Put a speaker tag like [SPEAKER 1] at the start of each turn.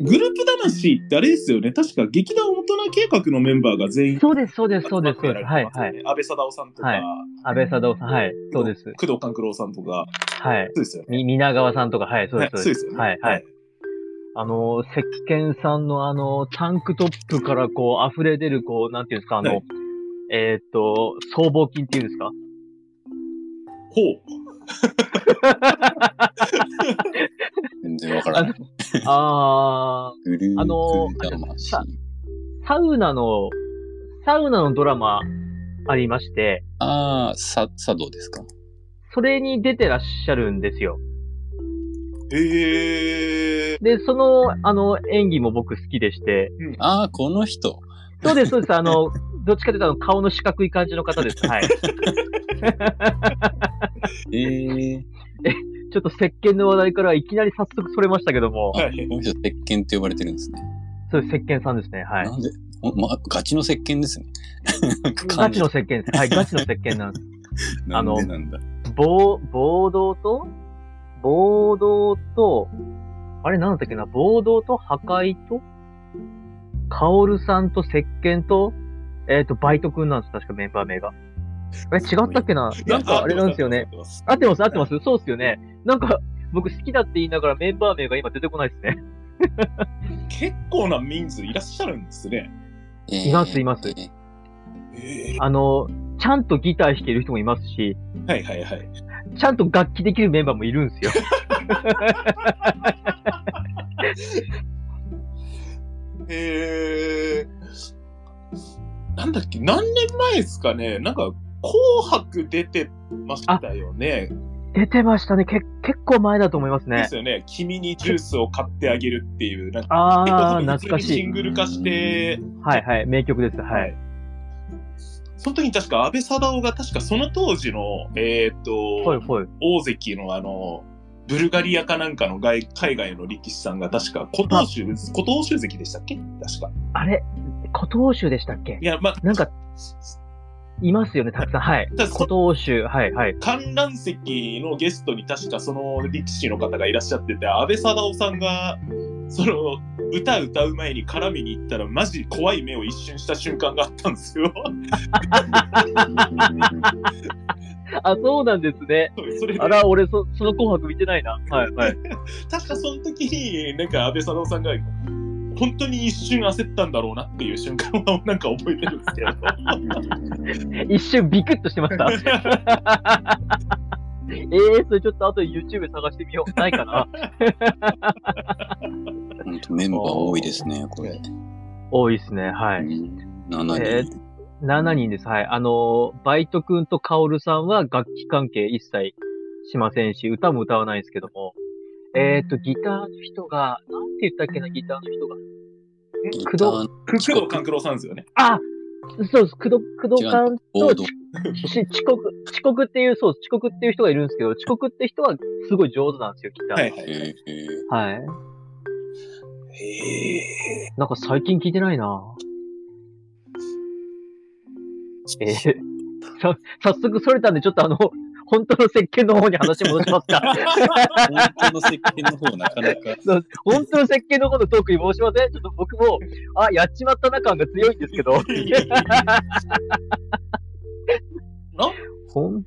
[SPEAKER 1] グループ魂ってあれですよね。確か劇団大人計画のメンバーが全員。
[SPEAKER 2] そうです、そうです、そうです。
[SPEAKER 1] 集まってやら
[SPEAKER 2] は
[SPEAKER 1] れ
[SPEAKER 2] い、
[SPEAKER 1] てますよ
[SPEAKER 2] はい
[SPEAKER 1] ね。安倍貞夫さんとか、
[SPEAKER 2] はい安倍貞夫さん、はい、そうです。
[SPEAKER 1] 工藤官九郎さんとか、
[SPEAKER 2] はい。
[SPEAKER 1] そうですよね。
[SPEAKER 2] み、皆川さんとか、はい、そう
[SPEAKER 1] は
[SPEAKER 2] で
[SPEAKER 1] い
[SPEAKER 2] す。
[SPEAKER 1] そうですよね。
[SPEAKER 2] はい、はい。。あの、石鹸さんのあの、タンクトップからこう、溢れ出る、こう、なんていうんですか、あの、
[SPEAKER 1] はい
[SPEAKER 2] えーっと、僧帽筋っていうん ですか
[SPEAKER 1] ほ
[SPEAKER 3] 全然わからない。
[SPEAKER 2] あ
[SPEAKER 3] グル
[SPEAKER 2] あの
[SPEAKER 3] ー
[SPEAKER 2] ー
[SPEAKER 3] プ魂。
[SPEAKER 2] あー、サウナの、サウナのドラマありまして、
[SPEAKER 3] ああ、さ、茶道ですか。
[SPEAKER 2] それに出てらっしゃるんですよ。
[SPEAKER 1] う。へえ。
[SPEAKER 2] で、その、あの、演技も僕好きでして、
[SPEAKER 3] ああ、この人。
[SPEAKER 2] そうです、そうです、あの、 どっちかというとあの顔の四角い感じの方です。はい。
[SPEAKER 3] ええ
[SPEAKER 2] ちょっと石鹸の話題からいきなり早速それましたけども、
[SPEAKER 1] はい
[SPEAKER 3] こ。の人、石鹸って呼ばれてるんですね。
[SPEAKER 2] そういう石鹸さんですね。はい
[SPEAKER 3] な。んで、ほんま、ガチの石鹸ですね。
[SPEAKER 2] ガチの石鹸です。はい、ガチの石鹸なんです。 あの
[SPEAKER 3] なんでなんだ。
[SPEAKER 2] 暴、暴動と、暴動と、あれなんだったっけな、暴動と破壊と、カオルさんと石鹸と、えっ、と、バイトくんなんです、確かメンバー名が。え、違ったっけななんかあれなんですよね。。合ってます、合ってます。そうですよね。なんか、僕好きだって言いながらメンバー名が今出てこないですね。
[SPEAKER 1] 結構な人数いらっしゃるんですね。
[SPEAKER 3] え
[SPEAKER 2] いますいます
[SPEAKER 3] えー
[SPEAKER 1] へえ
[SPEAKER 2] あの、ちゃんとギター弾ける人もいますし、
[SPEAKER 1] はいはいはい。
[SPEAKER 2] ちゃんと楽器できるメンバーもいるん ですよ。
[SPEAKER 1] へえ。なんだっけ、何年前ですかね。なんか、紅白出てましたよね。
[SPEAKER 2] 出てましたね。け結構前だと思います
[SPEAKER 1] で
[SPEAKER 2] ね
[SPEAKER 1] す。よね。君にジュースを買ってあげるっていう、なんか、
[SPEAKER 2] あー、
[SPEAKER 1] 結構
[SPEAKER 2] 懐か
[SPEAKER 1] 普通に
[SPEAKER 2] し
[SPEAKER 1] シ
[SPEAKER 2] い
[SPEAKER 1] ン。グル化して、
[SPEAKER 2] はいはい、名曲です。はい。。
[SPEAKER 1] その時に確か安倍貞夫が確かその当時の、えっ、と、
[SPEAKER 2] ほいほい。
[SPEAKER 1] 大関のあの、ブルガリアかなんかの外海外の力士さんが確か、古東州、古東州関でしたっけ確か。
[SPEAKER 2] あれ、古東州でしたっけ
[SPEAKER 1] いや、まあ、
[SPEAKER 2] なんか、いますよね、たくさん。はい。
[SPEAKER 1] だ
[SPEAKER 2] 古東州、はいはい。
[SPEAKER 1] 観覧席のゲストに確かその力士の方がいらっしゃってて、安倍貞夫さんが、その、歌歌う前に絡みに行ったら、マジ怖い目を一瞬した瞬間があったんです よ。
[SPEAKER 2] あ、そうなんですね。
[SPEAKER 1] それで
[SPEAKER 2] あら、俺、そ、その紅白見てないな。はいはい。
[SPEAKER 1] 確かその時に、なんか安倍貞夫さんが、本当に一瞬焦ったんだろうなっていう瞬間はなんか覚えてるんですけど。
[SPEAKER 2] 一瞬ビクッとしてました。 えー、それちょっと後で YouTube 探してみよう。ないか な
[SPEAKER 3] ほんとメンバー多いですね、これ。
[SPEAKER 2] 多いですね。は
[SPEAKER 3] う
[SPEAKER 2] い。
[SPEAKER 3] ん7人。
[SPEAKER 2] えー7人です。はい。あのー、バイトくんとカオルさんは楽器関係一切しませんし、歌も歌わないですけども。えっ、ー、と、ギターの人が、なんて言ったっけな、ギターの人が。
[SPEAKER 3] ギ
[SPEAKER 2] 工
[SPEAKER 3] ター
[SPEAKER 2] 藤、
[SPEAKER 1] 工藤官九郎さんですよね。
[SPEAKER 2] あそうです。工藤、工藤さん
[SPEAKER 3] ボ
[SPEAKER 2] と
[SPEAKER 3] ード
[SPEAKER 2] ち、し遅刻、遅刻っていう、そうです、遅刻っていう人がいるんですけど、遅刻って人はすごい上手なんですよ、ギター。
[SPEAKER 1] はい。
[SPEAKER 3] えーえ
[SPEAKER 2] はい。
[SPEAKER 1] へ え。
[SPEAKER 2] なんか最近聞いてないなえー、さ、早速それたんで、ちょっとあの、本当の石鹸の方に話戻しますか。
[SPEAKER 3] ー本当の石鹸の方、なかなか。
[SPEAKER 2] そう本当の石鹸の方のトークに申しません。ちょっと僕も、あ、やっちまったな感が強いんですけど。
[SPEAKER 1] な
[SPEAKER 2] ほん